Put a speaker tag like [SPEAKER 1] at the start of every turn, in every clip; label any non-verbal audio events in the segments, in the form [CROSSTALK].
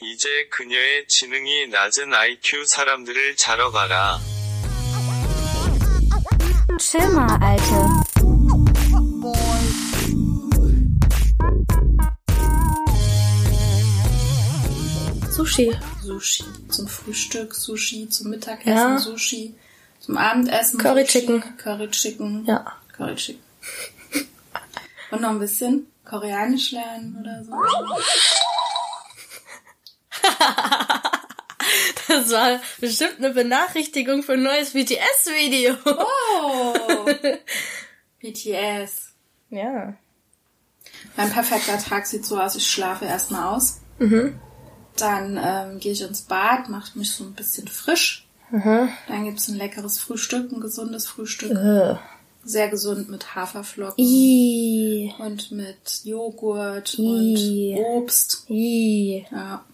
[SPEAKER 1] 이제 그녀의 지능이 낮은 IQ 사람들을 자러 가라.
[SPEAKER 2] Chill mal, Alte.
[SPEAKER 3] Sushi. Sushi. Zum Frühstück Sushi, zum Mittagessen
[SPEAKER 4] Ja.
[SPEAKER 3] Sushi, zum Abendessen
[SPEAKER 4] Curry
[SPEAKER 3] Sushi,
[SPEAKER 4] Chicken.
[SPEAKER 3] Curry Chicken.
[SPEAKER 4] Ja. [LAUGHS]
[SPEAKER 3] Curry Chicken. Und noch ein bisschen Koreanisch lernen
[SPEAKER 4] [LAUGHS]
[SPEAKER 3] oder so.
[SPEAKER 4] Das war bestimmt eine Benachrichtigung für ein neues BTS-Video.
[SPEAKER 3] Oh! BTS.
[SPEAKER 4] Ja.
[SPEAKER 3] Mein perfekter Tag sieht so aus, ich schlafe erstmal aus.
[SPEAKER 4] Mhm.
[SPEAKER 3] Dann ähm, gehe ich ins Bad, mache mich so ein bisschen frisch.
[SPEAKER 4] Mhm.
[SPEAKER 3] Dann gibt's ein leckeres Frühstück, ein gesundes Frühstück.
[SPEAKER 4] Äh.
[SPEAKER 3] Sehr gesund mit Haferflocken.
[SPEAKER 4] Ii.
[SPEAKER 3] Und mit Joghurt
[SPEAKER 4] Ih.
[SPEAKER 3] und Obst.
[SPEAKER 4] Ii.
[SPEAKER 3] Ja.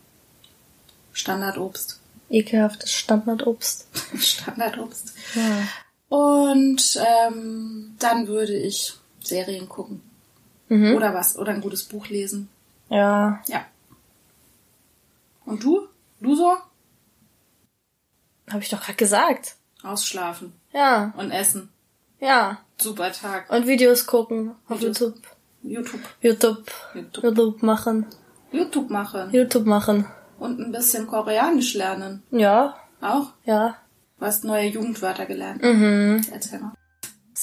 [SPEAKER 3] Standardobst. [LAUGHS]
[SPEAKER 4] Ekelhaftes Standardobst.
[SPEAKER 3] Standardobst.
[SPEAKER 4] Ja.
[SPEAKER 3] Und ähm, dann würde ich Serien gucken. Oder was. Oder ein gutes Buch lesen.
[SPEAKER 4] Ja.
[SPEAKER 3] Ja. Und du? Du so?
[SPEAKER 4] Hab ich doch gerade gesagt.
[SPEAKER 3] Ausschlafen
[SPEAKER 4] Ja.
[SPEAKER 3] und essen.
[SPEAKER 4] Ja.
[SPEAKER 3] Super Tag.
[SPEAKER 4] Und Videos gucken. Auf
[SPEAKER 3] Videos.
[SPEAKER 4] YouTube.
[SPEAKER 3] YouTube.
[SPEAKER 4] YouTube.
[SPEAKER 3] YouTube.
[SPEAKER 4] YouTube machen.
[SPEAKER 3] YouTube machen.
[SPEAKER 4] YouTube machen.
[SPEAKER 3] Und ein bisschen Koreanisch lernen.
[SPEAKER 4] Ja.
[SPEAKER 3] Auch.
[SPEAKER 4] Ja.
[SPEAKER 3] Du hast neue Jugendwörter gelernt. Erzähl mal.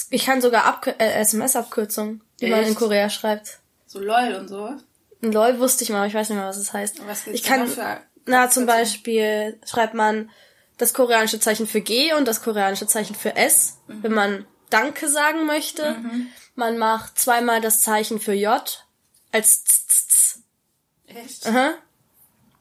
[SPEAKER 4] Ich kann sogar Abkür äh, SMS-Abkürzungen, die man
[SPEAKER 3] Echt?
[SPEAKER 4] in Korea schreibt.
[SPEAKER 3] So LOL und so.
[SPEAKER 4] Ein LOL wusste ich mal, aber ich weiß nicht mehr, was es heißt.
[SPEAKER 3] Was gibt's
[SPEAKER 4] ich kann,
[SPEAKER 3] denn noch für
[SPEAKER 4] na, zum
[SPEAKER 3] Abkürzungen?
[SPEAKER 4] Beispiel schreibt man das koreanische Zeichen für G und das koreanische Zeichen für S, wenn man Danke sagen möchte. Man macht zweimal das Zeichen für J als Z, Z, Z.
[SPEAKER 3] Echt?
[SPEAKER 4] Aha.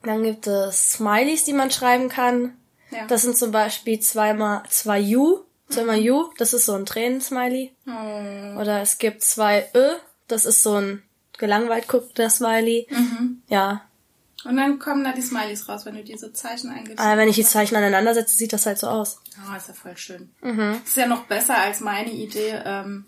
[SPEAKER 4] Dann gibt es Smileys, die man schreiben kann.
[SPEAKER 3] Ja.
[SPEAKER 4] Das sind zum Beispiel zweimal zwei U, zweimal U, das ist so ein Tränen-Smiley.
[SPEAKER 3] Oh.
[SPEAKER 4] Oder es gibt zwei Ö, das ist so ein gelangweilt guckter Smiley. Ja.
[SPEAKER 3] Und dann kommen da die Smileys raus, wenn du diese Zeichen eingibst.
[SPEAKER 4] Aber Ah, wenn ich die Zeichen aneinander setze, sieht das halt so aus.
[SPEAKER 3] Ah, ist ja voll schön.
[SPEAKER 4] Mhm.
[SPEAKER 3] Ist ja noch besser als meine Idee, ähm,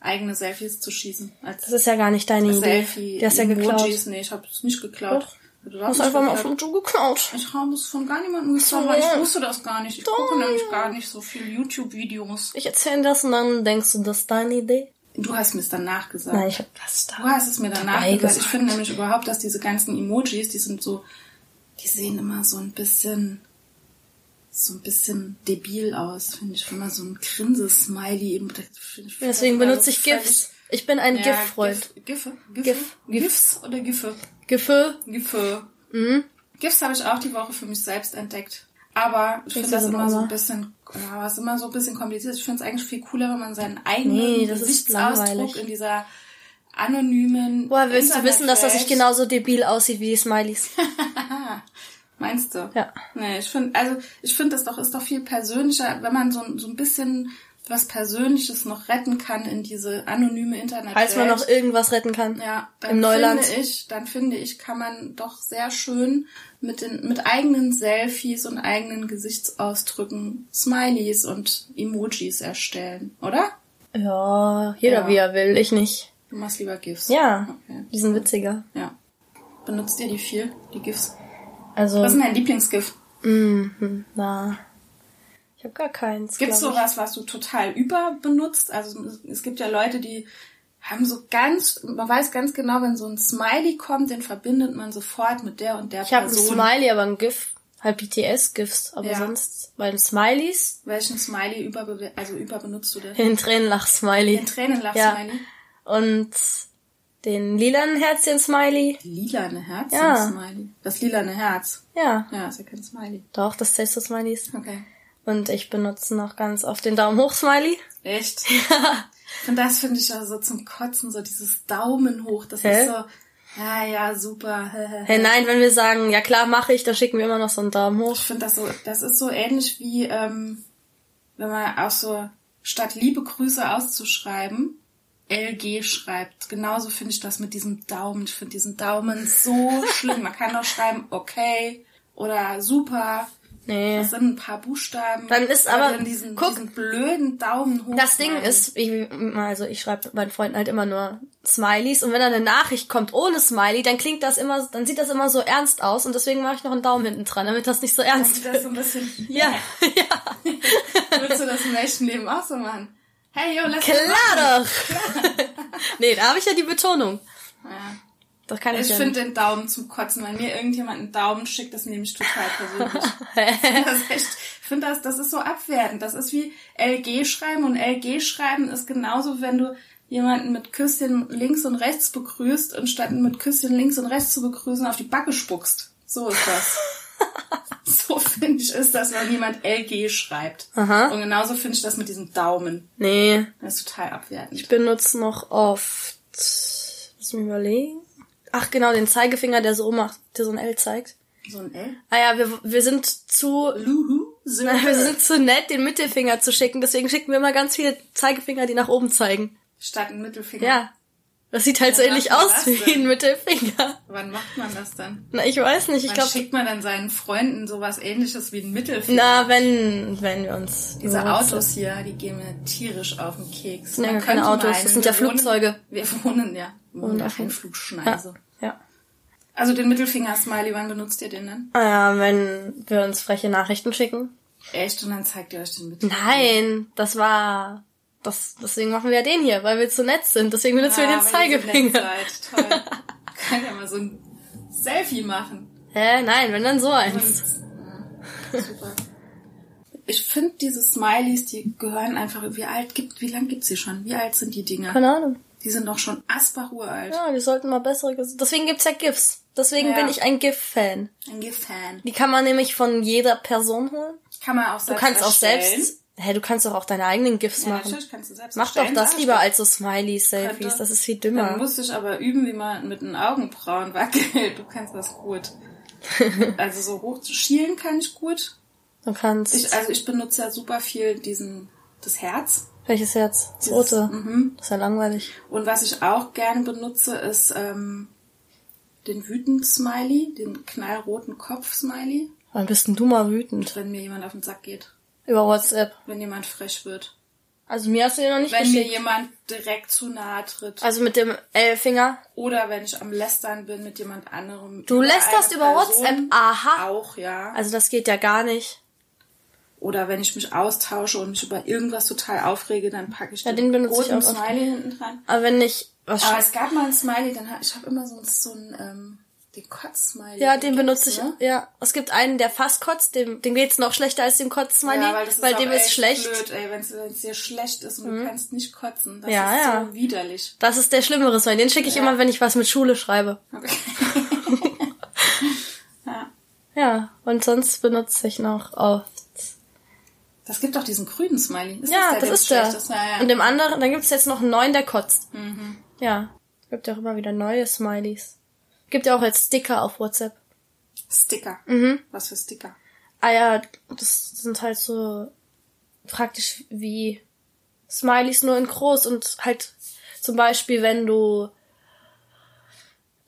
[SPEAKER 3] eigene Selfies zu schieesen. Als
[SPEAKER 4] Das ist ja gar nicht deine Idee.
[SPEAKER 3] Selfie.
[SPEAKER 4] Der ist ja geklaut.
[SPEAKER 3] Emojis. Nee, ich habe es nicht geklaut.
[SPEAKER 4] Doch.
[SPEAKER 3] Du
[SPEAKER 4] Das
[SPEAKER 3] hast
[SPEAKER 4] ist
[SPEAKER 3] nicht
[SPEAKER 4] einfach mal auf
[SPEAKER 3] geklaut.
[SPEAKER 4] YouTube geklaut.
[SPEAKER 3] ich habe es von gar niemandem geklaut, weil ich wusste das gar nicht. Ich gucke nämlich gar nicht so viel YouTube-Videos.
[SPEAKER 4] Ich erzähle das und dann denkst du, das ist deine Idee?
[SPEAKER 3] Du hast mir es dann nachgesagt.
[SPEAKER 4] Nein, ich hab das
[SPEAKER 3] Du
[SPEAKER 4] da.
[SPEAKER 3] hast es mir danach
[SPEAKER 4] Dabei
[SPEAKER 3] gesagt. Ich
[SPEAKER 4] gesagt.
[SPEAKER 3] finde nämlich überhaupt, dass diese ganzen Emojis, die sind so, die sehen immer so ein bisschen, so ein bisschen debil aus, finde ich. Wenn man so ein Grinses-Smiley eben, das finde ich-
[SPEAKER 4] Deswegen
[SPEAKER 3] das immer
[SPEAKER 4] benutze
[SPEAKER 3] so
[SPEAKER 4] ich
[SPEAKER 3] völlig-
[SPEAKER 4] GIFs. Ich bin ein
[SPEAKER 3] Ja,
[SPEAKER 4] GIF-Freund.
[SPEAKER 3] Gif- Giffe? Giffe? GIFs oder Giffe?
[SPEAKER 4] Giffe?
[SPEAKER 3] Giffe.
[SPEAKER 4] Mhm.
[SPEAKER 3] GIFs habe ich auch die Woche für mich selbst entdeckt. Aber ich finde
[SPEAKER 4] du
[SPEAKER 3] das
[SPEAKER 4] so
[SPEAKER 3] immer so
[SPEAKER 4] Mama?
[SPEAKER 3] ein bisschen, ja, ist immer so ein bisschen kompliziert. Ich finde es eigentlich viel cooler, wenn man seinen eigenen
[SPEAKER 4] Nee, das ist
[SPEAKER 3] Gesichtsausdruck
[SPEAKER 4] langweilig.
[SPEAKER 3] in dieser anonymen.
[SPEAKER 4] Woher willst du wissen, dass das nicht
[SPEAKER 3] Internetwelt-
[SPEAKER 4] genauso debil aussieht wie die
[SPEAKER 3] [LAUGHS]
[SPEAKER 4] Smileys?
[SPEAKER 3] Meinst du?
[SPEAKER 4] genau- Ja.
[SPEAKER 3] Nee, ich finde, also ich finde, das doch ist doch viel persönlicher, wenn man so, ein- so ein bisschen was Persönliches noch retten kann in diese anonyme Internetwelt.
[SPEAKER 4] Falls man noch irgendwas retten kann.
[SPEAKER 3] ja, dann
[SPEAKER 4] Im Neuland.
[SPEAKER 3] Finde ich, dann finde ich, kann man doch sehr schön mit den mit eigenen Selfies und eigenen Gesichtsausdrücken Smileys und Emojis erstellen, oder?
[SPEAKER 4] Ja, jeder
[SPEAKER 3] Ja.
[SPEAKER 4] wie er will, ich nicht.
[SPEAKER 3] Du machst lieber GIFs.
[SPEAKER 4] Ja,
[SPEAKER 3] Okay.
[SPEAKER 4] die sind witziger.
[SPEAKER 3] Ja. Benutzt ihr die viel, die GIFs?
[SPEAKER 4] Also,
[SPEAKER 3] Was ist denn dein Lieblingsgif?
[SPEAKER 4] mhm, na. Ich habe gar keins.
[SPEAKER 3] Gibt es
[SPEAKER 4] glaub
[SPEAKER 3] sowas, was du total überbenutzt? Also es gibt ja Leute, die haben so ganz, man weiß ganz genau, wenn so ein Smiley kommt, den verbindet man sofort mit der und der
[SPEAKER 4] Ich habe ein
[SPEAKER 3] Person.
[SPEAKER 4] Smiley, aber ein GIF. Halt BTS-GIFs, aber
[SPEAKER 3] Ja.
[SPEAKER 4] sonst bei den Smileys,
[SPEAKER 3] Welchen Smiley überbe also überbenutzt du denn?
[SPEAKER 4] den Tränenlach-Smiley
[SPEAKER 3] Den Tränenlach-Smiley?
[SPEAKER 4] Ja. und den lilanen Herzchen-Smiley.
[SPEAKER 3] Lilane Herz?
[SPEAKER 4] Ja.
[SPEAKER 3] ein Smiley. Das lilane Herz.
[SPEAKER 4] Ja,
[SPEAKER 3] Ja, ist ja kein Smiley.
[SPEAKER 4] doch, das zählt zu Smileys.
[SPEAKER 3] Okay.
[SPEAKER 4] Und ich benutze noch ganz oft den Daumen hoch-Smiley.
[SPEAKER 3] Echt?
[SPEAKER 4] [LAUGHS]
[SPEAKER 3] Und das finde ich ja so zum Kotzen, so dieses Daumen hoch. Das
[SPEAKER 4] Hä?
[SPEAKER 3] ist so, ja, ja, super.
[SPEAKER 4] Hey, nein, wenn wir sagen, ja klar, mache ich, dann schicken wir immer noch so einen Daumen hoch.
[SPEAKER 3] Ich finde das so, das ist so ähnlich wie, ähm, wenn man auch so, statt liebe Grüße auszuschreiben, LG schreibt. Genauso finde ich das mit diesem Daumen. Ich finde diesen Daumen so schlimm. Man kann doch schreiben, okay, oder super,
[SPEAKER 4] Nee.
[SPEAKER 3] Das sind ein paar Buchstaben.
[SPEAKER 4] Dann ist aber-
[SPEAKER 3] dann diesen,
[SPEAKER 4] guck.
[SPEAKER 3] diesen blöden Daumen hoch.
[SPEAKER 4] Das Ding ist, ich, also ich schreibe meinen Freunden halt immer nur Smileys und wenn dann eine Nachricht kommt ohne Smiley, dann klingt das immer, dann sieht das immer so ernst aus und deswegen mache ich noch einen Daumen hinten dran, damit das nicht so ernst
[SPEAKER 3] Das
[SPEAKER 4] wird.
[SPEAKER 3] ist so
[SPEAKER 4] [LAUGHS]
[SPEAKER 3] ein bisschen.
[SPEAKER 4] Ja,
[SPEAKER 3] Würdest du das im echten Leben auch so machen? Hey, yo, lass mal
[SPEAKER 4] klar doch. [LAUGHS] nee, da habe ich ja die Betonung.
[SPEAKER 3] Ja.
[SPEAKER 4] Das kann ich,
[SPEAKER 3] Ich
[SPEAKER 4] ja
[SPEAKER 3] finde den Daumen zu kotzen. Wenn mir irgendjemand einen Daumen schickt, das nehme ich total
[SPEAKER 4] [LAUGHS]
[SPEAKER 3] persönlich.
[SPEAKER 4] nicht.
[SPEAKER 3] das ist echt, ich finde das, das ist so abwertend. Das ist wie LG schreiben und LG schreiben ist genauso, wenn du jemanden mit Küsschen links und rechts begrüßt und statt ihn mit Küsschen links und rechts zu begrüßen auf die Backe spuckst. So
[SPEAKER 4] [LAUGHS]
[SPEAKER 3] ist das. so finde ich ist das, wenn jemand LG schreibt. Und genauso finde ich das mit diesem Daumen.
[SPEAKER 4] nee,
[SPEAKER 3] Das ist total abwertend.
[SPEAKER 4] ich benutze noch oft. Lass mich überlegen. Ach genau, den Zeigefinger, der so macht, der so ein L zeigt.
[SPEAKER 3] So ein L.
[SPEAKER 4] Ah ja, wir, wir sind zu [LAUGHS]
[SPEAKER 3] Luhu.
[SPEAKER 4] Wir sind zu nett, den Mittelfinger zu schicken, deswegen schicken wir immer ganz viele Zeigefinger, die nach oben zeigen.
[SPEAKER 3] Statt ein Mittelfinger.
[SPEAKER 4] Ja. Das sieht halt so
[SPEAKER 3] Ja,
[SPEAKER 4] ähnlich
[SPEAKER 3] was
[SPEAKER 4] aus
[SPEAKER 3] ist das
[SPEAKER 4] wie
[SPEAKER 3] denn?
[SPEAKER 4] ein Mittelfinger.
[SPEAKER 3] Wann macht man das dann?
[SPEAKER 4] Na, ich weiß nicht. Ich
[SPEAKER 3] Wann
[SPEAKER 4] glaube,
[SPEAKER 3] schickt man dann seinen Freunden sowas ähnliches wie ein Mittelfinger?
[SPEAKER 4] na, wenn, wenn wir uns.
[SPEAKER 3] Diese
[SPEAKER 4] so-
[SPEAKER 3] Autos hier, die gehen mir tierisch auf den Keks.
[SPEAKER 4] sind ja
[SPEAKER 3] Man
[SPEAKER 4] gar keine
[SPEAKER 3] könnte
[SPEAKER 4] Autos, das
[SPEAKER 3] meinen,
[SPEAKER 4] sind ja
[SPEAKER 3] wir wohnen-
[SPEAKER 4] Flugzeuge.
[SPEAKER 3] Wir wohnen ja wohnen
[SPEAKER 4] Wohnen
[SPEAKER 3] auf
[SPEAKER 4] auf
[SPEAKER 3] einer
[SPEAKER 4] dem-
[SPEAKER 3] Flugschneise.
[SPEAKER 4] Ja. ja.
[SPEAKER 3] Also den Mittelfinger-Smiley, wann benutzt ihr den dann?
[SPEAKER 4] Ah ja, wenn wir uns freche Nachrichten schicken.
[SPEAKER 3] Echt? Und dann zeigt ihr euch den Mittelfinger.
[SPEAKER 4] Nein, das war. Das, deswegen machen wir ja den hier, weil wir zu nett sind. Deswegen benutzen wir
[SPEAKER 3] Ah,
[SPEAKER 4] den
[SPEAKER 3] wenn ihr so nett
[SPEAKER 4] Zeigefinger.
[SPEAKER 3] seid. Toll. Kann ja mal so ein Selfie machen.
[SPEAKER 4] Hä? Nein, wenn dann so eins.
[SPEAKER 3] Ja, super. Ich finde diese Smileys, die gehören einfach, wie alt gibt, wie lang gibt's die schon? Wie alt sind die Dinger?
[SPEAKER 4] Keine Ahnung.
[SPEAKER 3] Die sind doch schon asbach-uralt.
[SPEAKER 4] Ja, wir sollten mal bessere. Ges- Deswegen gibt's ja GIFs. Deswegen
[SPEAKER 3] Ja.
[SPEAKER 4] bin ich ein GIF-Fan.
[SPEAKER 3] Ein Gefan.
[SPEAKER 4] Die kann man nämlich von jeder Person holen.
[SPEAKER 3] Kann man auch
[SPEAKER 4] Du
[SPEAKER 3] selbst
[SPEAKER 4] kannst auch
[SPEAKER 3] erstellen.
[SPEAKER 4] selbst. Hä, du kannst doch auch deine eigenen GIFs
[SPEAKER 3] Ja,
[SPEAKER 4] machen.
[SPEAKER 3] natürlich kannst du selbst
[SPEAKER 4] Mach doch
[SPEAKER 3] erstellen,
[SPEAKER 4] das
[SPEAKER 3] sag ich
[SPEAKER 4] lieber
[SPEAKER 3] doch.
[SPEAKER 4] als so Smiley-Selfies.
[SPEAKER 3] Könnte.
[SPEAKER 4] Das ist viel
[SPEAKER 3] Dann
[SPEAKER 4] dümmer.
[SPEAKER 3] musste ich aber üben, wie man mit den Augenbrauen wackelt. Du kannst das
[SPEAKER 4] [LAUGHS]
[SPEAKER 3] gut. also so hoch zu schielen kann ich gut.
[SPEAKER 4] Du kannst.
[SPEAKER 3] Ich, also ich benutze ja super viel diesen das Herz.
[SPEAKER 4] welches Herz? Das
[SPEAKER 3] Dieses-
[SPEAKER 4] rote.
[SPEAKER 3] Mhm.
[SPEAKER 4] Das ist ja langweilig.
[SPEAKER 3] Und was ich auch gerne benutze, ist ähm, den wütend Smiley, den knallroten Kopf Smiley,
[SPEAKER 4] Wann bist denn du mal wütend?
[SPEAKER 3] wenn mir jemand auf den Sack geht,
[SPEAKER 4] Über WhatsApp.
[SPEAKER 3] wenn jemand frech wird,
[SPEAKER 4] Also mir hast du den noch nicht
[SPEAKER 3] wenn mir
[SPEAKER 4] geschickt.
[SPEAKER 3] jemand direkt zu nahe tritt
[SPEAKER 4] also mit dem L-Finger.
[SPEAKER 3] oder wenn ich am lästern bin mit jemand anderem.
[SPEAKER 4] Du
[SPEAKER 3] über
[SPEAKER 4] lästerst
[SPEAKER 3] eine
[SPEAKER 4] über
[SPEAKER 3] Person.
[SPEAKER 4] WhatsApp. Aha.
[SPEAKER 3] Auch ja.
[SPEAKER 4] Also das geht ja gar nicht.
[SPEAKER 3] Oder wenn ich mich austausche und mich über irgendwas total aufrege, dann packe ich
[SPEAKER 4] Ja,
[SPEAKER 3] den,
[SPEAKER 4] den benutze ich
[SPEAKER 3] roten
[SPEAKER 4] auch oft.
[SPEAKER 3] Smiley hinten dran.
[SPEAKER 4] Aber wenn Ah, ich was
[SPEAKER 3] Aber es gab mal einen Smiley, den ha- ich habe immer so, so einen ähm, den Kotz-Smiley.
[SPEAKER 4] Ja, den
[SPEAKER 3] gibt's,
[SPEAKER 4] benutze ich.
[SPEAKER 3] ne?
[SPEAKER 4] Ja, es gibt einen, der fast kotzt. Dem, dem geht's noch schlechter als dem Kotz-Smiley,
[SPEAKER 3] Ja, weil
[SPEAKER 4] weil,
[SPEAKER 3] das ist auch
[SPEAKER 4] dem
[SPEAKER 3] echt
[SPEAKER 4] ist schlecht. Mhm.
[SPEAKER 3] blöd, ey, wenn es dir schlecht ist und du kannst nicht kotzen. Das
[SPEAKER 4] Ja,
[SPEAKER 3] ist so
[SPEAKER 4] ja.
[SPEAKER 3] widerlich.
[SPEAKER 4] Das ist der schlimmere Smiley. Den schicke ich immer, wenn ich was mit Schule schreibe. [LAUGHS]
[SPEAKER 3] Ja.
[SPEAKER 4] Ja, und sonst benutze ich noch oft.
[SPEAKER 3] Das gibt doch diesen grünen Smiley. Ist
[SPEAKER 4] ja,
[SPEAKER 3] der,
[SPEAKER 4] das
[SPEAKER 3] dem
[SPEAKER 4] ist der.
[SPEAKER 3] schlecht ist? Ja, Mhm. ja.
[SPEAKER 4] Und dem anderen, dann gibt's jetzt noch einen neuen, der kotzt. Ja, es gibt ja auch immer wieder neue Smileys. Gibt ja auch jetzt Sticker auf WhatsApp.
[SPEAKER 3] Sticker.
[SPEAKER 4] Mhm.
[SPEAKER 3] Was für Sticker?
[SPEAKER 4] Ah ja, das sind halt so praktisch wie Smileys nur in groß und halt zum Beispiel, wenn du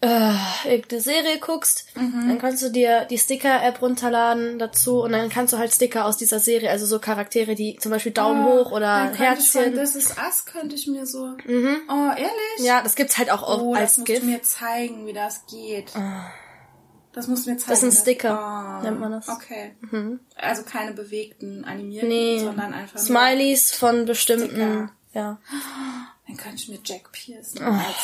[SPEAKER 4] äh, irgendeine Serie guckst,
[SPEAKER 3] Mhm.
[SPEAKER 4] dann kannst du dir die Sticker-App runterladen dazu und dann kannst du halt Sticker aus dieser Serie, also so Charaktere, die zum Beispiel Daumen hoch oder
[SPEAKER 3] Ah, Dann könnte ich von
[SPEAKER 4] Herzchen. Mhm.
[SPEAKER 3] Das ist Us könnte ich mir so. Oh, ehrlich?
[SPEAKER 4] Ja, das gibt's halt auch
[SPEAKER 3] Oh, das
[SPEAKER 4] als
[SPEAKER 3] musst
[SPEAKER 4] GIF. Ah.
[SPEAKER 3] du mir zeigen, wie das geht. Das musst du mir zeigen.
[SPEAKER 4] Das sind Sticker,
[SPEAKER 3] Ah,
[SPEAKER 4] nennt man das. Mhm.
[SPEAKER 3] Okay. Also keine bewegten, animierten,
[SPEAKER 4] Nee,
[SPEAKER 3] sondern einfach nur-
[SPEAKER 4] Smileys von bestimmten, ja.
[SPEAKER 3] Dann könnte ich mir Jack Pearson
[SPEAKER 4] Ah.
[SPEAKER 3] als,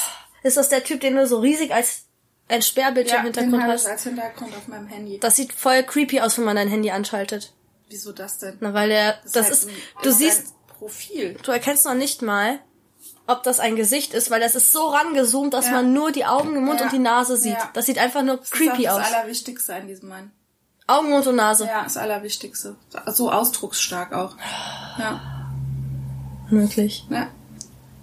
[SPEAKER 4] Ist das der Typ, den du so riesig als ein Sperrbildschirm
[SPEAKER 3] ja,
[SPEAKER 4] im Hintergrund
[SPEAKER 3] Hintergrund den habe ich
[SPEAKER 4] hast?
[SPEAKER 3] als Hintergrund auf meinem Handy.
[SPEAKER 4] Das sieht voll creepy aus, wenn man dein Handy anschaltet.
[SPEAKER 3] Wieso das denn?
[SPEAKER 4] Na, weil der, das,
[SPEAKER 3] halt
[SPEAKER 4] ist,
[SPEAKER 3] ein-
[SPEAKER 4] du
[SPEAKER 3] ist
[SPEAKER 4] siehst,
[SPEAKER 3] ein Profil.
[SPEAKER 4] du erkennst noch nicht mal, ob das ein Gesicht ist, weil das ist so rangezoomt, dass
[SPEAKER 3] Ja.
[SPEAKER 4] man nur die Augen, den Mund
[SPEAKER 3] Ja.
[SPEAKER 4] und die Nase sieht.
[SPEAKER 3] Ja.
[SPEAKER 4] Das sieht einfach nur
[SPEAKER 3] Das
[SPEAKER 4] creepy
[SPEAKER 3] ist auch
[SPEAKER 4] aus.
[SPEAKER 3] das Allerwichtigste an diesem Mann.
[SPEAKER 4] Augen, Mund und Nase.
[SPEAKER 3] Ja, das Allerwichtigste. So ausdrucksstark auch. Ja,
[SPEAKER 4] Möglich.
[SPEAKER 3] ja.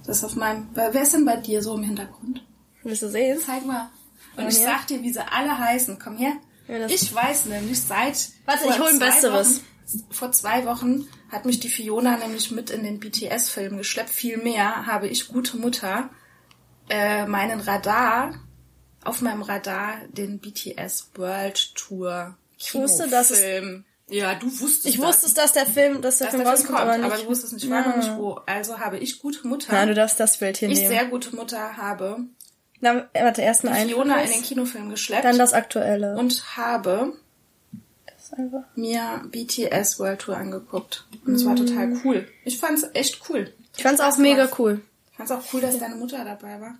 [SPEAKER 3] Das ist auf meinem. Wer wer ist denn bei dir so im Hintergrund?
[SPEAKER 4] Willst du sehen?
[SPEAKER 3] Zeig mal. Und
[SPEAKER 4] Komm
[SPEAKER 3] ich
[SPEAKER 4] her.
[SPEAKER 3] sag dir, wie sie alle heißen. Komm her.
[SPEAKER 4] Ja, das-
[SPEAKER 3] ich weiß nämlich seit.
[SPEAKER 4] Warte,
[SPEAKER 3] vor
[SPEAKER 4] ich hol ein
[SPEAKER 3] zwei
[SPEAKER 4] besseres.
[SPEAKER 3] Wochen- vor zwei Wochen hat mich die Fiona nämlich mit in den BTS-Film geschleppt. Vielmehr habe ich gute Mutter äh, meinen Radar, auf meinem Radar den BTS World Tour.
[SPEAKER 4] wusste, dass es-
[SPEAKER 3] Kinofilm Ja, du wusstest
[SPEAKER 4] Ich wusste, es, dass der Film, dass der
[SPEAKER 3] dass
[SPEAKER 4] Film
[SPEAKER 3] der
[SPEAKER 4] rauskommt,
[SPEAKER 3] kommt,
[SPEAKER 4] aber nicht.
[SPEAKER 3] aber du wusstest nicht wann und nicht wo. Also habe ich gute Mutter,
[SPEAKER 4] Nein, du darfst das Bild hier
[SPEAKER 3] ich
[SPEAKER 4] nehmen.
[SPEAKER 3] sehr gute Mutter habe
[SPEAKER 4] Na, warte, erst einen
[SPEAKER 3] Fiona in
[SPEAKER 4] Einfluss,
[SPEAKER 3] den Kinofilm geschleppt
[SPEAKER 4] dann das Aktuelle.
[SPEAKER 3] und habe
[SPEAKER 4] Das ist einfach-
[SPEAKER 3] mir BTS World Tour angeguckt. Und es war total cool. Ich fand's echt cool.
[SPEAKER 4] Mm. Ich fand's auch mega cool.
[SPEAKER 3] Fand's auch cool, dass deine Mutter dabei war.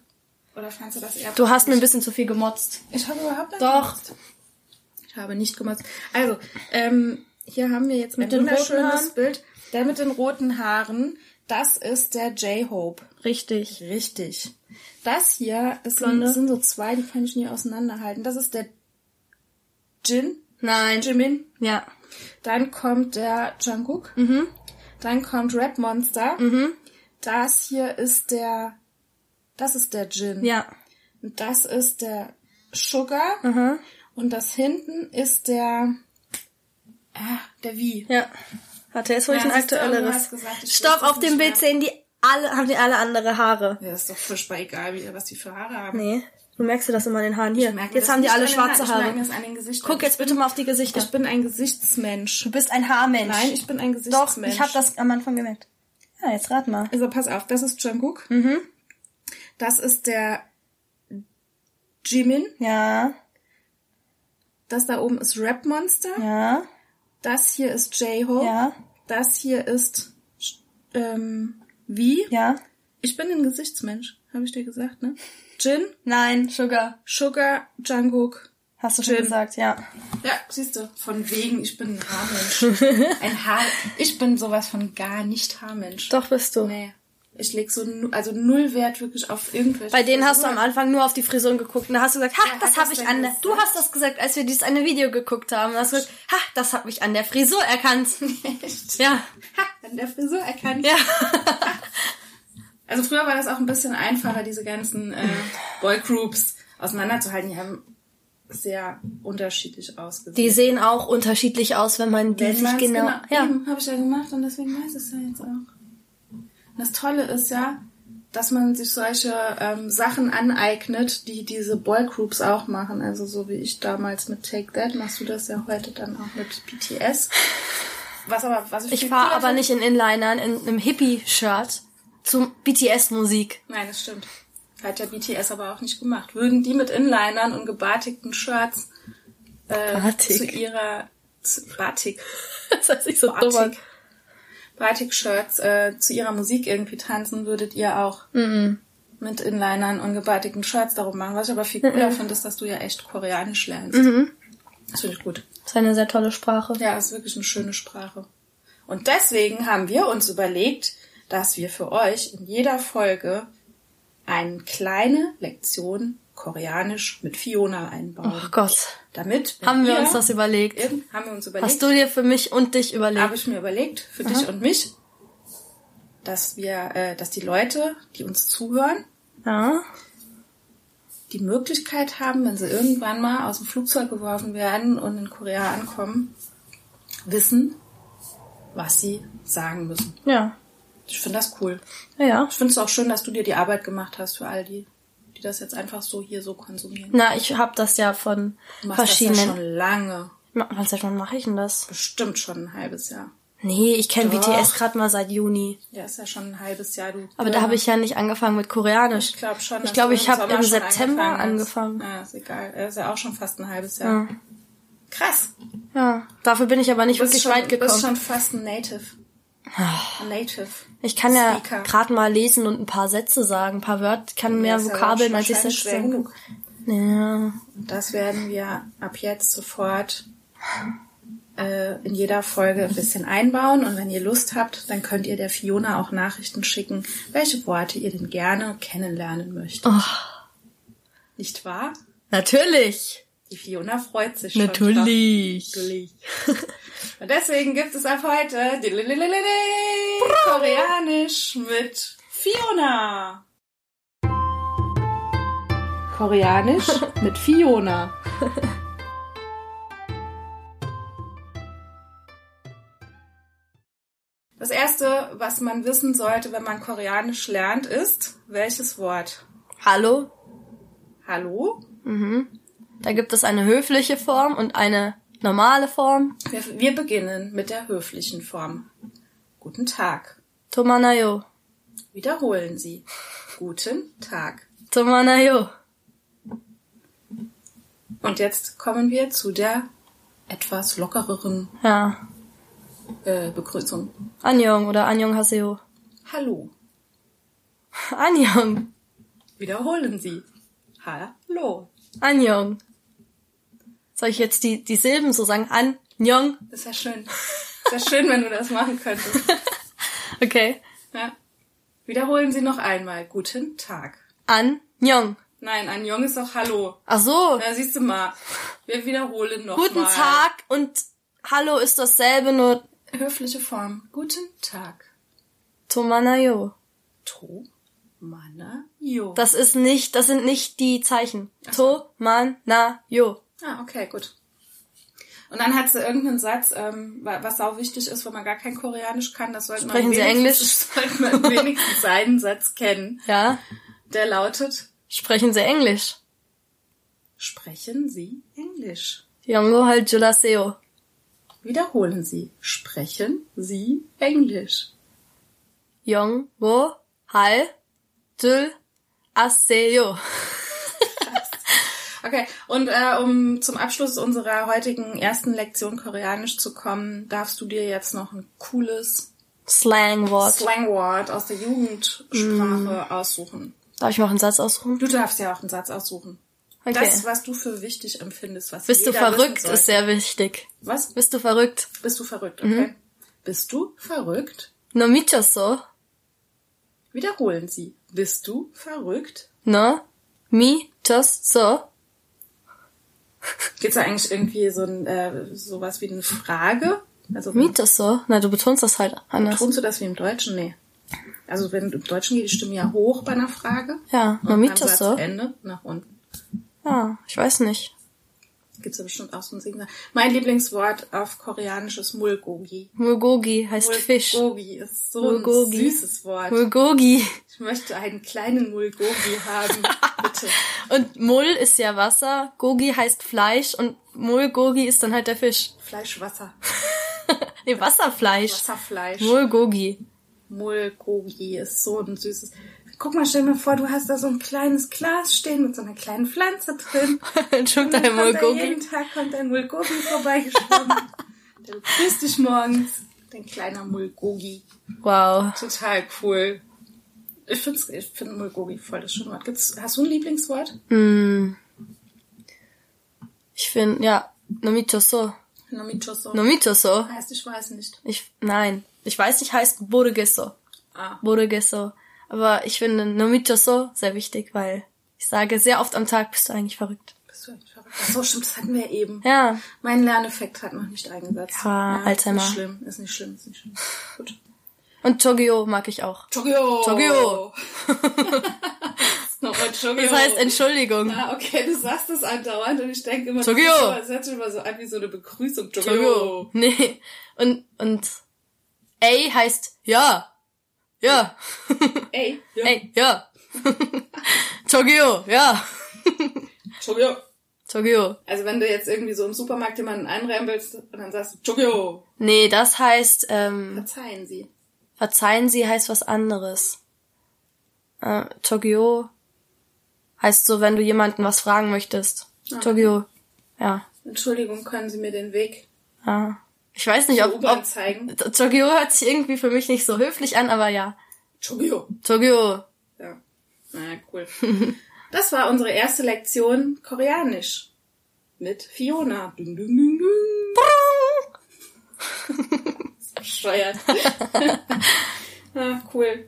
[SPEAKER 3] Oder fandst du das eher...
[SPEAKER 4] Du hast mir ein bisschen zu viel gemotzt.
[SPEAKER 3] Ich habe überhaupt nicht
[SPEAKER 4] Doch.
[SPEAKER 3] gemotzt. Ich habe nicht gemotzt. Also, ähm, hier haben wir jetzt
[SPEAKER 4] Mit
[SPEAKER 3] ein
[SPEAKER 4] den roten
[SPEAKER 3] wunderschönes
[SPEAKER 4] Haaren?
[SPEAKER 3] Bild. Der mit den roten Haaren, das ist der J-Hope.
[SPEAKER 4] Richtig.
[SPEAKER 3] Richtig. Das hier, das sind,
[SPEAKER 4] Blonde.
[SPEAKER 3] sind so zwei, die kann ich nie auseinanderhalten. Das ist der Jin,
[SPEAKER 4] Nein.
[SPEAKER 3] Jimin.
[SPEAKER 4] Ja.
[SPEAKER 3] Dann kommt der Jungkook.
[SPEAKER 4] Mhm.
[SPEAKER 3] Dann kommt Red Monster. Das hier ist der, das ist der Jin.
[SPEAKER 4] Ja.
[SPEAKER 3] Und das ist der Sugar. Und das hinten ist der, ah, der Wie.
[SPEAKER 4] Ja. Warte, jetzt hol ich
[SPEAKER 3] Ja,
[SPEAKER 4] ein
[SPEAKER 3] siehst du, du hast
[SPEAKER 4] aktuelleres.
[SPEAKER 3] gesagt, ich
[SPEAKER 4] Stopp,
[SPEAKER 3] wusste
[SPEAKER 4] auf
[SPEAKER 3] es
[SPEAKER 4] dem
[SPEAKER 3] nicht
[SPEAKER 4] Bild
[SPEAKER 3] mehr.
[SPEAKER 4] sehen die alle, haben die alle andere Haare.
[SPEAKER 3] Ja, ist doch furchtbar egal, wie, was die für Haare haben.
[SPEAKER 4] Nee. Du merkst dir das immer an den Haaren.
[SPEAKER 3] Ich
[SPEAKER 4] Hier.
[SPEAKER 3] merke
[SPEAKER 4] Jetzt
[SPEAKER 3] das
[SPEAKER 4] haben die
[SPEAKER 3] nicht
[SPEAKER 4] alle
[SPEAKER 3] an den
[SPEAKER 4] schwarze
[SPEAKER 3] Haaren. Ich
[SPEAKER 4] Haare.
[SPEAKER 3] merke das an den Gesichtern.
[SPEAKER 4] Guck jetzt bitte mal auf die Gesichter.
[SPEAKER 3] Ich bin ein Gesichtsmensch.
[SPEAKER 4] Du bist ein Haarmensch.
[SPEAKER 3] Nein, ich bin ein
[SPEAKER 4] Doch,
[SPEAKER 3] Gesichtsmensch.
[SPEAKER 4] ich habe das am Anfang gemerkt. Ja, jetzt rat mal.
[SPEAKER 3] Also pass auf, das ist Jungkook. Das ist der Jimin.
[SPEAKER 4] Ja,
[SPEAKER 3] Das da oben ist Rap Monster.
[SPEAKER 4] ja,
[SPEAKER 3] Das hier ist J-Hope.
[SPEAKER 4] ja,
[SPEAKER 3] Das hier ist ähm, wie?
[SPEAKER 4] ja.
[SPEAKER 3] Ich bin ein Gesichtsmensch, habe ich dir gesagt, ne? Jin,
[SPEAKER 4] Nein, Sugar.
[SPEAKER 3] Sugar, Jungkook.
[SPEAKER 4] Hast du schon
[SPEAKER 3] Jim.
[SPEAKER 4] gesagt, ja.
[SPEAKER 3] Ja, siehst du, von wegen, ich bin ein Haarmensch. [LAUGHS] ein Haar, ich bin sowas von gar nicht Haarmensch.
[SPEAKER 4] Doch bist du.
[SPEAKER 3] Nee. Ich leg so nu- also null Wert wirklich auf irgendwelche.
[SPEAKER 4] Bei denen hast du am
[SPEAKER 3] Frisuren.
[SPEAKER 4] Anfang nur auf die Frisuren geguckt und da hast du gesagt, ha,
[SPEAKER 3] Wer
[SPEAKER 4] das
[SPEAKER 3] hat
[SPEAKER 4] habe
[SPEAKER 3] das
[SPEAKER 4] ich
[SPEAKER 3] denn
[SPEAKER 4] an der...
[SPEAKER 3] gesagt?
[SPEAKER 4] Du hast das gesagt, als wir dieses eine Video geguckt haben. Und hast du gesagt, ha, das habe ich an der Frisur erkannt. [LAUGHS]
[SPEAKER 3] Echt?
[SPEAKER 4] Ja,
[SPEAKER 3] [LAUGHS] Ha, an der Frisur erkannt.
[SPEAKER 4] ja.
[SPEAKER 3] [LAUGHS] Also früher war das auch ein bisschen einfacher, diese ganzen äh, Boygroups auseinanderzuhalten. Die haben sehr unterschiedlich ausgesehen.
[SPEAKER 4] Die sehen auch unterschiedlich aus, wenn man die
[SPEAKER 3] Wenn
[SPEAKER 4] sich
[SPEAKER 3] man's
[SPEAKER 4] genau...
[SPEAKER 3] Ja.
[SPEAKER 4] Ja.
[SPEAKER 3] Habe ich ja gemacht und deswegen weiß ich es ja jetzt auch. Und das Tolle ist ja, dass man sich solche ähm, Sachen aneignet, die diese Boygroups auch machen. Also so wie ich damals mit Take That, machst du das ja heute dann auch mit BTS. Was aber, was
[SPEAKER 4] Ich
[SPEAKER 3] viel
[SPEAKER 4] fahre
[SPEAKER 3] cooler
[SPEAKER 4] aber
[SPEAKER 3] finde-
[SPEAKER 4] nicht in Inlinern, in einem Hippie-Shirt zum BTS-Musik.
[SPEAKER 3] [LAUGHS] Nein, das stimmt. Hat ja BTS aber auch nicht gemacht. Würden die mit Inlinern und gebartigten Shirts äh,
[SPEAKER 4] Batik.
[SPEAKER 3] zu ihrer zu, Batik,
[SPEAKER 4] Das heißt, ich so dumm an.
[SPEAKER 3] Batik, Batik-Shirts äh, zu ihrer Musik irgendwie tanzen, würdet ihr auch
[SPEAKER 4] Mhm.
[SPEAKER 3] mit Inlinern und gebartigten Shirts darum machen. Was ich aber viel
[SPEAKER 4] Mhm.
[SPEAKER 3] cooler finde, ist, dass du ja echt Koreanisch lernst. Das finde ich gut.
[SPEAKER 4] Das ist eine sehr tolle Sprache.
[SPEAKER 3] Ja, ist wirklich eine schöne Sprache. Und deswegen haben wir uns überlegt, dass wir für euch in jeder Folge eine kleine Lektion Koreanisch mit Fiona einbauen.
[SPEAKER 4] Oh Gott.
[SPEAKER 3] Damit wenn
[SPEAKER 4] Haben wir
[SPEAKER 3] ihr-
[SPEAKER 4] uns das überlegt?
[SPEAKER 3] Eben, haben wir uns überlegt.
[SPEAKER 4] Hast du dir für mich und dich
[SPEAKER 3] Habe
[SPEAKER 4] überlegt?
[SPEAKER 3] ich mir überlegt für dich und mich, dass wir, äh, dass die Leute, die uns zuhören,
[SPEAKER 4] Ja.
[SPEAKER 3] die Möglichkeit haben, wenn sie irgendwann mal aus dem Flugzeug geworfen werden und in Korea ankommen, wissen, was sie sagen müssen.
[SPEAKER 4] Ja.
[SPEAKER 3] Ich finde das cool.
[SPEAKER 4] Ja.
[SPEAKER 3] Ich finde es auch schön, dass du dir die Arbeit gemacht hast für all die, die das jetzt einfach so hier so konsumieren.
[SPEAKER 4] Na, ich hab das ja von
[SPEAKER 3] Du machst
[SPEAKER 4] verschiedenen.
[SPEAKER 3] das ja schon lange.
[SPEAKER 4] Ma- Wann seit wann mache ich denn das?
[SPEAKER 3] Bestimmt schon ein halbes Jahr.
[SPEAKER 4] Nee, ich kenne
[SPEAKER 3] Doch.
[SPEAKER 4] BTS gerade mal seit Juni.
[SPEAKER 3] Ja, ist ja schon ein halbes Jahr, du.
[SPEAKER 4] Aber da habe ich ja nicht angefangen mit Koreanisch.
[SPEAKER 3] Ich glaube schon.
[SPEAKER 4] Ich
[SPEAKER 3] dass
[SPEAKER 4] glaube,
[SPEAKER 3] du
[SPEAKER 4] ich habe
[SPEAKER 3] Sommer
[SPEAKER 4] im
[SPEAKER 3] schon
[SPEAKER 4] September
[SPEAKER 3] angefangen.
[SPEAKER 4] angefangen.
[SPEAKER 3] hast. Ja, ist egal. Äh, Ist ja auch schon fast ein halbes Jahr. Krass.
[SPEAKER 4] Ja. Dafür bin ich aber nicht
[SPEAKER 3] Du bist
[SPEAKER 4] wirklich
[SPEAKER 3] schon,
[SPEAKER 4] weit
[SPEAKER 3] bist
[SPEAKER 4] gekommen. Ah.
[SPEAKER 3] schon fast ein Native. Ein Native.
[SPEAKER 4] Ich kann ja
[SPEAKER 3] Speaker.
[SPEAKER 4] gerade mal lesen und ein paar Sätze sagen, ein paar Wörter, kann
[SPEAKER 3] Ja,
[SPEAKER 4] mehr
[SPEAKER 3] ist ja
[SPEAKER 4] Vokabeln
[SPEAKER 3] schon
[SPEAKER 4] als ich selbst
[SPEAKER 3] wahrscheinlich schwer
[SPEAKER 4] sagen.
[SPEAKER 3] genug.
[SPEAKER 4] Ja.
[SPEAKER 3] Das werden wir ab jetzt sofort äh, in jeder Folge ein bisschen einbauen. Und wenn ihr Lust habt, dann könnt ihr der Fiona auch Nachrichten schicken, welche Worte ihr denn gerne kennenlernen möchtet.
[SPEAKER 4] Oh.
[SPEAKER 3] Nicht wahr?
[SPEAKER 4] Natürlich.
[SPEAKER 3] Die Fiona freut sich schon.
[SPEAKER 4] Natürlich.
[SPEAKER 3] Natürlich. [LAUGHS] Und deswegen gibt es ab heute dililililili, Koreanisch mit Fiona. [LAUGHS] Koreanisch mit Fiona. Das erste, was man wissen sollte, wenn man Koreanisch lernt, ist welches Wort?
[SPEAKER 4] Hallo,
[SPEAKER 3] Hallo?
[SPEAKER 4] Da gibt es eine höfliche Form und eine normale Form.
[SPEAKER 3] Wir, wir beginnen mit der höflichen Form. Guten Tag.
[SPEAKER 4] Tomanayo.
[SPEAKER 3] Wiederholen Sie. Guten Tag.
[SPEAKER 4] Tomanayo.
[SPEAKER 3] Und jetzt kommen wir zu der etwas lockereren
[SPEAKER 4] Ja.
[SPEAKER 3] äh, Begrüßung.
[SPEAKER 4] Anjong oder Anjong Haseo.
[SPEAKER 3] Hallo.
[SPEAKER 4] Anjong.
[SPEAKER 3] Wiederholen Sie. Hallo.
[SPEAKER 4] Anjong. Soll ich jetzt die, die Silben so sagen? Anjong.
[SPEAKER 3] Ist ja schön. Ist ja schön, wenn du das machen könntest.
[SPEAKER 4] Okay.
[SPEAKER 3] Ja. Wiederholen Sie noch einmal. Guten Tag.
[SPEAKER 4] Anjong.
[SPEAKER 3] Nein, ein Jong ist auch Hallo.
[SPEAKER 4] Ach so.
[SPEAKER 3] Na, siehst du mal. Wir wiederholen noch
[SPEAKER 4] Guten
[SPEAKER 3] mal.
[SPEAKER 4] Tag und Hallo ist dasselbe, nur
[SPEAKER 3] Höfliche Form. Guten Tag.
[SPEAKER 4] Tomanayo.
[SPEAKER 3] To, mana, yo.
[SPEAKER 4] Das ist nicht, das sind nicht die Zeichen.
[SPEAKER 3] so.
[SPEAKER 4] Tomanayo.
[SPEAKER 3] Ah, okay, gut. Und dann hat sie irgendeinen Satz, ähm, wa- was sau wichtig ist, wenn man gar kein Koreanisch kann. Das sollte
[SPEAKER 4] Sprechen
[SPEAKER 3] man
[SPEAKER 4] Sie
[SPEAKER 3] wenigstens- [LAUGHS] Sollte man wenigstens einen Satz kennen.
[SPEAKER 4] Ja?
[SPEAKER 3] Der lautet,
[SPEAKER 4] Sprechen Sie Englisch.
[SPEAKER 3] sprechen Sie Englisch.
[SPEAKER 4] Yongo halt Julaseo.
[SPEAKER 3] Wiederholen Sie, sprechen Sie Englisch.
[SPEAKER 4] Yongo hal Jul Aseo.
[SPEAKER 3] Okay, und äh, um zum Abschluss unserer heutigen ersten Lektion Koreanisch zu kommen, darfst du dir jetzt noch ein cooles
[SPEAKER 4] Slangwort.
[SPEAKER 3] Slangwort aus der
[SPEAKER 4] Mm.
[SPEAKER 3] Jugendsprache aussuchen.
[SPEAKER 4] Darf ich mal einen Satz ausruhen?
[SPEAKER 3] Du darfst ja auch einen Satz aussuchen.
[SPEAKER 4] Okay.
[SPEAKER 3] Das, was du für wichtig empfindest, was
[SPEAKER 4] Bist du
[SPEAKER 3] jeder
[SPEAKER 4] verrückt,
[SPEAKER 3] wissen soll.
[SPEAKER 4] ist Mhm. sehr wichtig.
[SPEAKER 3] Was?
[SPEAKER 4] Bist du verrückt?
[SPEAKER 3] Bist du verrückt, okay. Bist du verrückt?
[SPEAKER 4] No michoso.
[SPEAKER 3] Wiederholen sie. Bist du verrückt?
[SPEAKER 4] No michoso.
[SPEAKER 3] Gibt's da eigentlich irgendwie so ein äh, sowas wie eine Frage? Also
[SPEAKER 4] Mitoso. Na, du betonst das halt anders.
[SPEAKER 3] Betonst du das wie im Deutschen? Nee. Also wenn im Deutschen geht die Stimme ja hoch bei einer Frage.
[SPEAKER 4] Ja,
[SPEAKER 3] Und
[SPEAKER 4] man
[SPEAKER 3] am
[SPEAKER 4] mietet das so.
[SPEAKER 3] Satzende nach unten.
[SPEAKER 4] Ja, Ah, ich weiß nicht.
[SPEAKER 3] Gibt's ja bestimmt auch so ein Signal. Mein Lieblingswort auf Koreanisch ist Mulgogi.
[SPEAKER 4] Mulgogi heißt Fisch.
[SPEAKER 3] Mulgogi ist so
[SPEAKER 4] Mulgogi.
[SPEAKER 3] ein süßes Wort.
[SPEAKER 4] Mulgogi.
[SPEAKER 3] Ich möchte einen kleinen Mulgogi haben.
[SPEAKER 4] [LAUGHS]
[SPEAKER 3] Bitte.
[SPEAKER 4] Und Mul ist ja Wasser, Gogi heißt Fleisch und Mulgogi ist dann halt der Fisch.
[SPEAKER 3] Fleischwasser.
[SPEAKER 4] Nee, Wasserfleisch.
[SPEAKER 3] Wasserfleisch.
[SPEAKER 4] Mulgogi.
[SPEAKER 3] Mulgogi ist so ein süßes. Guck mal, stell mir vor, du hast da so ein kleines Glas stehen mit so einer kleinen
[SPEAKER 4] [LAUGHS]
[SPEAKER 3] Pflanze drin.
[SPEAKER 4] [LAUGHS] Entschuldigung,
[SPEAKER 3] Dann
[SPEAKER 4] dein
[SPEAKER 3] kommt da
[SPEAKER 4] Mulgogi.
[SPEAKER 3] jeden Tag kommt ein Mulgogi vorbeigeschwommen.
[SPEAKER 4] [LAUGHS]
[SPEAKER 3] Der grüßt dich morgens. Dein kleiner Mulgogi.
[SPEAKER 4] Wow.
[SPEAKER 3] Total cool. Ich find's, ich find Mulgogi voll das schöne Wort. Gibt's, hast du ein
[SPEAKER 4] Hm.
[SPEAKER 3] Lieblingswort?
[SPEAKER 4] Ich finde, ja, Nomichoso.
[SPEAKER 3] Nomichoso.
[SPEAKER 4] Nomichoso.
[SPEAKER 3] heißt, ich weiß nicht.
[SPEAKER 4] Ich, nein. Ich weiß nicht, heißt Burgeso.
[SPEAKER 3] Ah.
[SPEAKER 4] Burgeso. Aber ich finde Nomichoso sehr wichtig, weil ich sage sehr oft am Tag, bist du eigentlich verrückt.
[SPEAKER 3] Bist du echt verrückt? Ach so, stimmt, das hatten wir ja eben.
[SPEAKER 4] Ja.
[SPEAKER 3] Mein Lerneffekt hat noch nicht eingesetzt.
[SPEAKER 4] Ja, Alzheimer.
[SPEAKER 3] Ist nicht schlimm, ist nicht schlimm, ist nicht schlimm. Gut.
[SPEAKER 4] Und Togyo mag ich auch.
[SPEAKER 3] Chogyo!
[SPEAKER 4] [LAUGHS] Chogyo.
[SPEAKER 3] [LAUGHS] Nochmal Chogyo.
[SPEAKER 4] Das heißt Entschuldigung.
[SPEAKER 3] Ah, okay, du sagst das andauernd und ich denke immer,
[SPEAKER 4] Chogyo.
[SPEAKER 3] das ist so- das hört sich immer so an wie so eine Begrüßung.
[SPEAKER 4] Jojo.
[SPEAKER 3] [LAUGHS] Chogyo.
[SPEAKER 4] Nee. Und, und A heißt ja. Ja.
[SPEAKER 3] Ey. Ja.
[SPEAKER 4] Ey, ja. [LAUGHS] Tokio, ja.
[SPEAKER 3] Chogyo.
[SPEAKER 4] Tokio.
[SPEAKER 3] Also wenn du jetzt irgendwie so im Supermarkt jemanden einrempelst und dann sagst du Chogyo,
[SPEAKER 4] Nee, das heißt, ähm,
[SPEAKER 3] verzeihen sie.
[SPEAKER 4] verzeihen Sie heißt was anderes. Äh, Tokio heißt so, wenn du jemanden was fragen möchtest. Tokio. Ja.
[SPEAKER 3] Entschuldigung, können Sie mir den Weg
[SPEAKER 4] ja. Ich weiß nicht,
[SPEAKER 3] zur
[SPEAKER 4] ob,
[SPEAKER 3] U-Bahn
[SPEAKER 4] ob
[SPEAKER 3] zeigen?
[SPEAKER 4] Tokio hört sich irgendwie für mich nicht so höflich an, aber ja.
[SPEAKER 3] Chogyo.
[SPEAKER 4] Tokio.
[SPEAKER 3] Ja. Na, cool. [LAUGHS] Das war unsere erste Lektion Koreanisch mit Fiona. Ding, ding,
[SPEAKER 4] [LAUGHS]
[SPEAKER 3] ding, ding. Bescheuert. [LAUGHS] ah, cool.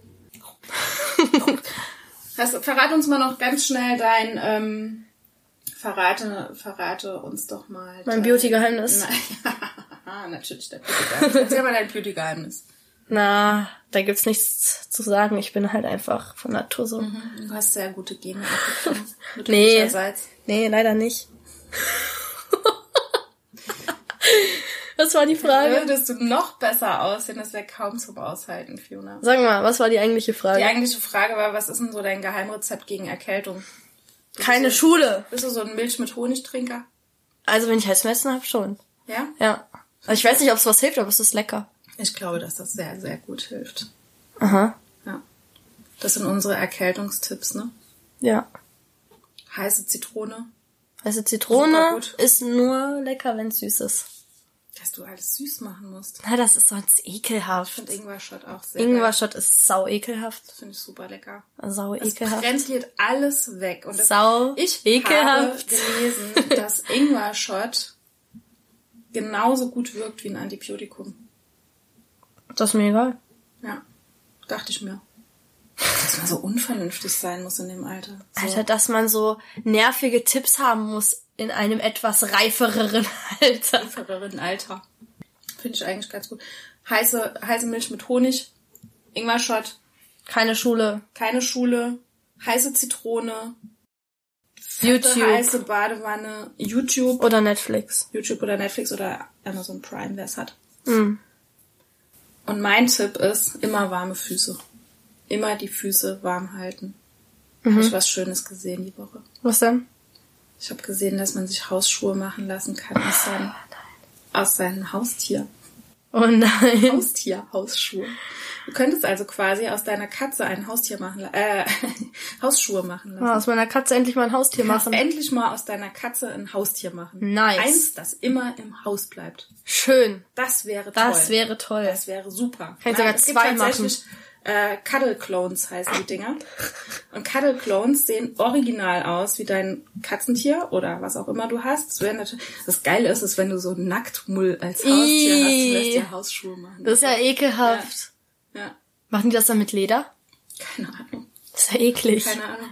[SPEAKER 3] Also, verrate uns mal noch ganz schnell dein, ähm, verrate, verrate uns doch mal.
[SPEAKER 4] Mein
[SPEAKER 3] dein-
[SPEAKER 4] Beauty-Geheimnis?
[SPEAKER 3] Na, [LAUGHS] natürlich,
[SPEAKER 4] [LAUGHS]
[SPEAKER 3] dein Beauty-Geheimnis. Erzähl mal dein Beauty-Geheimnis.
[SPEAKER 4] Na, da gibt's nichts zu sagen. Ich bin halt einfach von Natur so.
[SPEAKER 3] Du hast sehr gute Gene abbekommen.
[SPEAKER 4] Nee.
[SPEAKER 3] Mütterlicherseits.
[SPEAKER 4] Nee, leider nicht. was war die Frage?
[SPEAKER 3] würdest du noch besser aussehen, das wäre kaum zum Aushalten, Fiona.
[SPEAKER 4] Sag mal, was war die eigentliche
[SPEAKER 3] Die
[SPEAKER 4] Frage?
[SPEAKER 3] eigentliche Frage war, was ist denn so dein Geheimrezept gegen Erkältung?
[SPEAKER 4] Keine Schule.
[SPEAKER 3] Bist du so ein Milch mit Honigtrinker?
[SPEAKER 4] Also wenn ich Halsschmerzen habe, schon.
[SPEAKER 3] Ja?
[SPEAKER 4] Ja. Also ich weiß nicht, ob es was hilft, aber es ist lecker.
[SPEAKER 3] Ich glaube, dass das sehr, sehr gut hilft.
[SPEAKER 4] Aha.
[SPEAKER 3] Ja. Das sind unsere Erkältungstipps, ne?
[SPEAKER 4] Ja.
[SPEAKER 3] Heiße Zitrone.
[SPEAKER 4] Also
[SPEAKER 3] Super
[SPEAKER 4] Zitrone
[SPEAKER 3] gut.
[SPEAKER 4] ist nur lecker, wenn es süß ist.
[SPEAKER 3] Dass du alles süß machen musst.
[SPEAKER 4] Na, das ist sonst ekelhaft.
[SPEAKER 3] Und Ingwer-Shot auch sehr geil.
[SPEAKER 4] Ingwer-Shot ist sau ekelhaft.
[SPEAKER 3] Finde ich super lecker.
[SPEAKER 4] Sau
[SPEAKER 3] Es
[SPEAKER 4] ekelhaft.
[SPEAKER 3] brennt hier alles weg. Und das,
[SPEAKER 4] Sau
[SPEAKER 3] ich
[SPEAKER 4] ekelhaft.
[SPEAKER 3] habe gelesen, dass Ingwer-Shot genauso gut wirkt wie ein Antibiotikum.
[SPEAKER 4] Das ist mir egal.
[SPEAKER 3] Ja, dachte ich mir. Dass man so unvernünftig sein muss in dem Alter. So.
[SPEAKER 4] Alter, dass man so nervige Tipps haben muss in einem etwas reifereren [LAUGHS] Alter.
[SPEAKER 3] Verwirrenden Alter. Finde ich eigentlich ganz gut. Heiße, heiße Milch mit Honig, Ingwer-Shot,
[SPEAKER 4] Keine Schule.
[SPEAKER 3] keine Schule, heiße Zitrone,
[SPEAKER 4] YouTube.
[SPEAKER 3] heiße Badewanne, YouTube.
[SPEAKER 4] Oder Netflix.
[SPEAKER 3] YouTube oder Netflix oder Amazon Prime, wer es hat.
[SPEAKER 4] Hm.
[SPEAKER 3] Und mein Tipp ist, immer warme Füße. Immer die Füße warm halten. Habe
[SPEAKER 4] Mhm.
[SPEAKER 3] ich was Schönes gesehen die Woche.
[SPEAKER 4] Was denn?
[SPEAKER 3] Ich habe gesehen, dass man sich Hausschuhe machen lassen kann aus
[SPEAKER 4] Ah,
[SPEAKER 3] seinem, aus seinem Haustier.
[SPEAKER 4] Oh nein.
[SPEAKER 3] Haustier, Hausschuhe. Du könntest also quasi aus deiner Katze ein Haustier machen, la- äh, [LAUGHS] Hausschuhe machen lassen.
[SPEAKER 4] Aus meiner Katze endlich mal ein Haustier
[SPEAKER 3] Du kannst
[SPEAKER 4] machen.
[SPEAKER 3] endlich mal aus deiner Katze ein Haustier machen.
[SPEAKER 4] Nice.
[SPEAKER 3] Eins, das immer im Haus bleibt.
[SPEAKER 4] Schön.
[SPEAKER 3] Das wäre toll.
[SPEAKER 4] Das wäre toll.
[SPEAKER 3] Das wäre super.
[SPEAKER 4] Kann ich sogar
[SPEAKER 3] es
[SPEAKER 4] zwei
[SPEAKER 3] gibt tatsächlich, Äh, Cuddle Clones heißen die Dinger. Und Cuddle Clones sehen original aus wie dein Katzentier oder was auch immer du hast. Das, wäre natürlich, das Geile ist, ist, wenn du so einen Nacktmull als Haustier hast, du lässt
[SPEAKER 4] Ih.
[SPEAKER 3] dir Hausschuhe machen.
[SPEAKER 4] Das ist ja ekelhaft.
[SPEAKER 3] ja,
[SPEAKER 4] Machen die das dann mit Leder?
[SPEAKER 3] keine Ahnung.
[SPEAKER 4] Das ist ja eklig.
[SPEAKER 3] Keine Ahnung.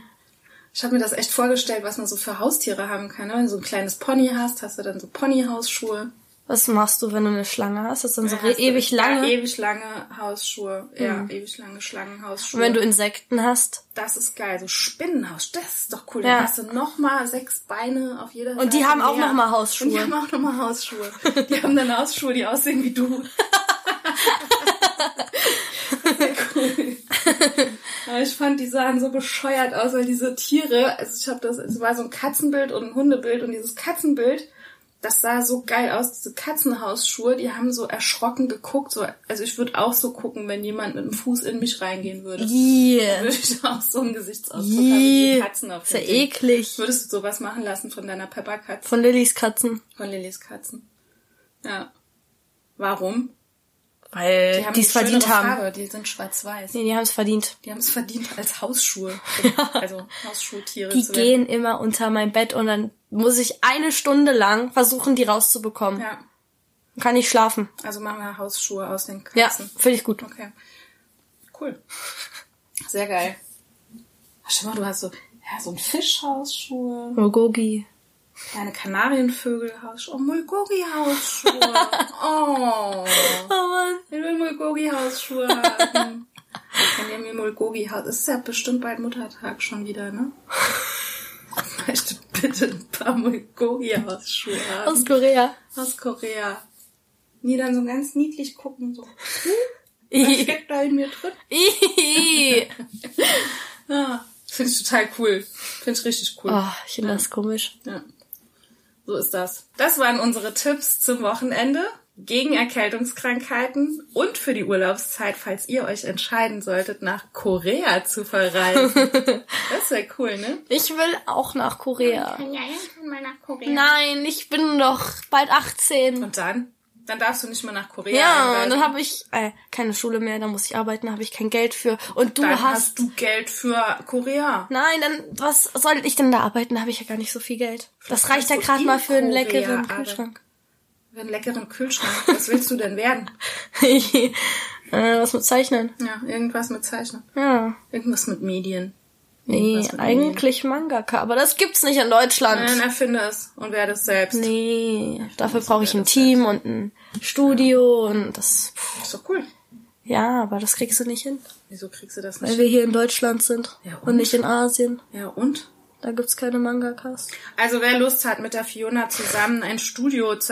[SPEAKER 3] Ich habe mir das echt vorgestellt, was man so für Haustiere haben kann. ne? Wenn du so ein kleines Pony hast, hast du dann so Ponyhausschuhe.
[SPEAKER 4] Was machst du, wenn du eine Schlange hast? Das ist dann so
[SPEAKER 3] Dann hast du-
[SPEAKER 4] ewig lange. Mhm.
[SPEAKER 3] Ja, ewig lange Hausschuhe. Ja, ewig lange Schlangenhausschuhe.
[SPEAKER 4] Und wenn du Insekten hast.
[SPEAKER 3] Das ist geil. So Spinnenhaus, das ist doch cool.
[SPEAKER 4] Ja.
[SPEAKER 3] Dann hast du nochmal sechs Beine auf jeder Seite.
[SPEAKER 4] die haben auch
[SPEAKER 3] mehr.
[SPEAKER 4] noch mal Hausschuhe.
[SPEAKER 3] Und die haben auch nochmal Hausschuhe. Die haben dann Hausschuhe, die aussehen
[SPEAKER 4] [LAUGHS]
[SPEAKER 3] wie du. Sehr cool. Aber ich fand, die sahen so bescheuert aus, weil diese Tiere, also ich habe das, es war so ein Katzenbild und ein Hundebild und dieses Katzenbild, das sah so geil aus, diese Katzenhausschuhe, die haben so erschrocken geguckt. So, also ich würde auch so gucken, wenn jemand mit dem Fuß in mich reingehen würde
[SPEAKER 4] Yeah.
[SPEAKER 3] würde ich [LAUGHS] auch so einen Gesichtsausdruck haben wie die
[SPEAKER 4] Yeah.
[SPEAKER 3] Katzen auf
[SPEAKER 4] Das ist ja
[SPEAKER 3] dem Ding.
[SPEAKER 4] eklig.
[SPEAKER 3] Würdest du sowas machen lassen von deiner Pepperkatze?
[SPEAKER 4] Von Lillys Katzen.
[SPEAKER 3] Von Lillys Katzen. Ja. Warum?
[SPEAKER 4] Weil die es
[SPEAKER 3] eine
[SPEAKER 4] verdient
[SPEAKER 3] schönere
[SPEAKER 4] haben.
[SPEAKER 3] Farbe. Die sind schwarz-weiß.
[SPEAKER 4] Nee, die haben es verdient.
[SPEAKER 3] Die haben es verdient
[SPEAKER 4] [LAUGHS]
[SPEAKER 3] als Hausschuhe. Also Hausschuhtiere
[SPEAKER 4] Die
[SPEAKER 3] zu
[SPEAKER 4] gehen
[SPEAKER 3] werden.
[SPEAKER 4] immer unter mein Bett und dann muss ich eine Stunde lang versuchen, die rauszubekommen.
[SPEAKER 3] Ja.
[SPEAKER 4] Dann Kann ich schlafen.
[SPEAKER 3] Also machen wir Hausschuhe aus den
[SPEAKER 4] Ja,
[SPEAKER 3] Katzen.
[SPEAKER 4] finde ich gut.
[SPEAKER 3] Okay. Cool. Sehr geil. Ach, Schau mal, du hast so, ja, so ein Fischhausschuhe.
[SPEAKER 4] Bulgogi.
[SPEAKER 3] Kleine Kanarienvögelhausschuhe. Oh, Mulgogi-Hausschuhe. [LAUGHS] oh,
[SPEAKER 4] Oh Mann.
[SPEAKER 3] ich will Mulgogi-Hausschuhe [LAUGHS] haben. Wenn ihr mir Mulgogi haut, ist ja bestimmt bald Muttertag schon wieder, [LAUGHS] ne? Ich möchte bitte ein paar Mulgogi-Hausschuhe haben.
[SPEAKER 4] Aus Korea. [LAUGHS]
[SPEAKER 3] Aus Korea. Die dann so ganz niedlich gucken, [LAUGHS] so, was
[SPEAKER 4] Ih.
[SPEAKER 3] steckt da in mir drin?
[SPEAKER 4] Ih.
[SPEAKER 3] Ja, finde ich total cool. Finde ich richtig cool.
[SPEAKER 4] oh, ich finde das komisch.
[SPEAKER 3] Ja. So ist das. Das waren unsere Tipps zum Wochenende gegen Erkältungskrankheiten und für die Urlaubszeit, falls ihr euch entscheiden solltet, nach Korea zu verreisen. [LAUGHS] das wäre cool, ne?
[SPEAKER 4] Ich will auch nach Korea.
[SPEAKER 3] Ja, irgendwann mal nach Korea.
[SPEAKER 4] Nein, ich bin doch bald 18.
[SPEAKER 3] Und dann? Dann darfst du nicht mehr nach Korea.
[SPEAKER 4] Ja,
[SPEAKER 3] einreisen.
[SPEAKER 4] und dann habe ich äh, keine Schule mehr, dann muss ich arbeiten, habe ich kein Geld für. Und du
[SPEAKER 3] Dann
[SPEAKER 4] hast.
[SPEAKER 3] hast du Geld für Korea.
[SPEAKER 4] Nein, dann was soll ich denn da arbeiten? Da habe ich ja gar nicht so viel Geld. Das reicht
[SPEAKER 3] kannst
[SPEAKER 4] ja
[SPEAKER 3] du
[SPEAKER 4] gerade
[SPEAKER 3] in
[SPEAKER 4] mal für einen
[SPEAKER 3] Korea
[SPEAKER 4] leckeren
[SPEAKER 3] arbeiten.
[SPEAKER 4] Kühlschrank.
[SPEAKER 3] Für einen leckeren Kühlschrank. Was willst du denn werden?
[SPEAKER 4] [LAUGHS] äh, was mit Zeichnen?
[SPEAKER 3] [LAUGHS] Ja, irgendwas mit Zeichnen.
[SPEAKER 4] Ja.
[SPEAKER 3] Irgendwas mit Medien.
[SPEAKER 4] Nee,
[SPEAKER 3] Irgendwas mit
[SPEAKER 4] eigentlich Mangaka, aber das gibt's nicht in Deutschland.
[SPEAKER 3] Nein, erfinde es und werde es selbst.
[SPEAKER 4] Nee, dafür brauche ich ein Team und ein Studio und das. pff,
[SPEAKER 3] Ist doch cool.
[SPEAKER 4] Ja, aber das kriegst du nicht hin,
[SPEAKER 3] Wieso kriegst du das
[SPEAKER 4] weil
[SPEAKER 3] nicht?
[SPEAKER 4] wir hier in Deutschland sind
[SPEAKER 3] Ja, und?
[SPEAKER 4] und nicht in Asien.
[SPEAKER 3] Ja, und?
[SPEAKER 4] Da gibt's keine Mangakas.
[SPEAKER 3] Also wer Lust hat, mit der Fiona zusammen ein Studio zu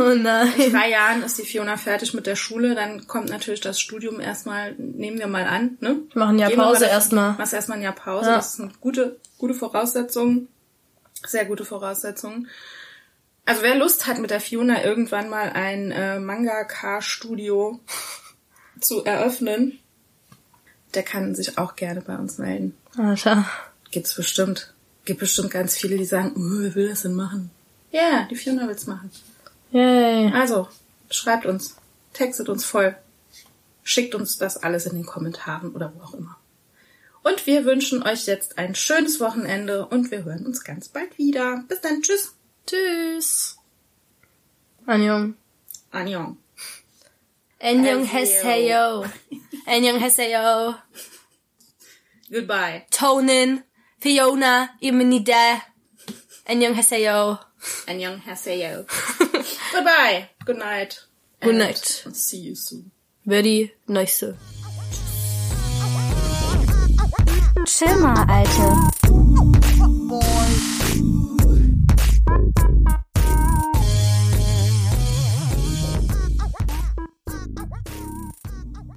[SPEAKER 4] [LAUGHS] Oh nein.
[SPEAKER 3] In drei Jahren ist die Fiona fertig mit der Schule, dann kommt natürlich das Studium erstmal, nehmen wir mal an, ne?
[SPEAKER 4] Wir machen ein Jahr
[SPEAKER 3] Gehen wir
[SPEAKER 4] Pause
[SPEAKER 3] mal davon-
[SPEAKER 4] erstmal.
[SPEAKER 3] Machst erstmal ein Jahr Pause,
[SPEAKER 4] Ja.
[SPEAKER 3] das sind gute, gute Voraussetzungen, sehr gute Voraussetzungen. Also wer Lust hat, mit der Fiona irgendwann mal ein
[SPEAKER 4] [LAUGHS]
[SPEAKER 3] äh, Mangaka-Studio zu eröffnen, der kann sich auch gerne bei uns melden.
[SPEAKER 4] Alter.
[SPEAKER 3] Gibt's bestimmt. Gibt bestimmt ganz viele, die sagen, oh, wer will das denn machen? Ja, die Fiona will's machen.
[SPEAKER 4] Yay.
[SPEAKER 3] Also, schreibt uns, textet uns voll, schickt uns das alles in den Kommentaren oder wo auch immer. Und wir wünschen euch jetzt ein schönes Wochenende und wir hören uns ganz bald wieder. Bis dann, tschüss.
[SPEAKER 4] Tschüss. Annyeong.
[SPEAKER 3] Annyeong.
[SPEAKER 4] Annyeong Haseyo. Annyeong Haseyo.
[SPEAKER 3] [LAUGHS] Goodbye.
[SPEAKER 4] Tonin. Fiona. Imenida. Annyeong Haseyo.
[SPEAKER 3] Annyeong haseyo. Goodbye. Good night.
[SPEAKER 4] Good
[SPEAKER 3] And
[SPEAKER 4] night.
[SPEAKER 3] See you soon.
[SPEAKER 4] Very nice.
[SPEAKER 2] Chill mal, Alte.
[SPEAKER 5] boy.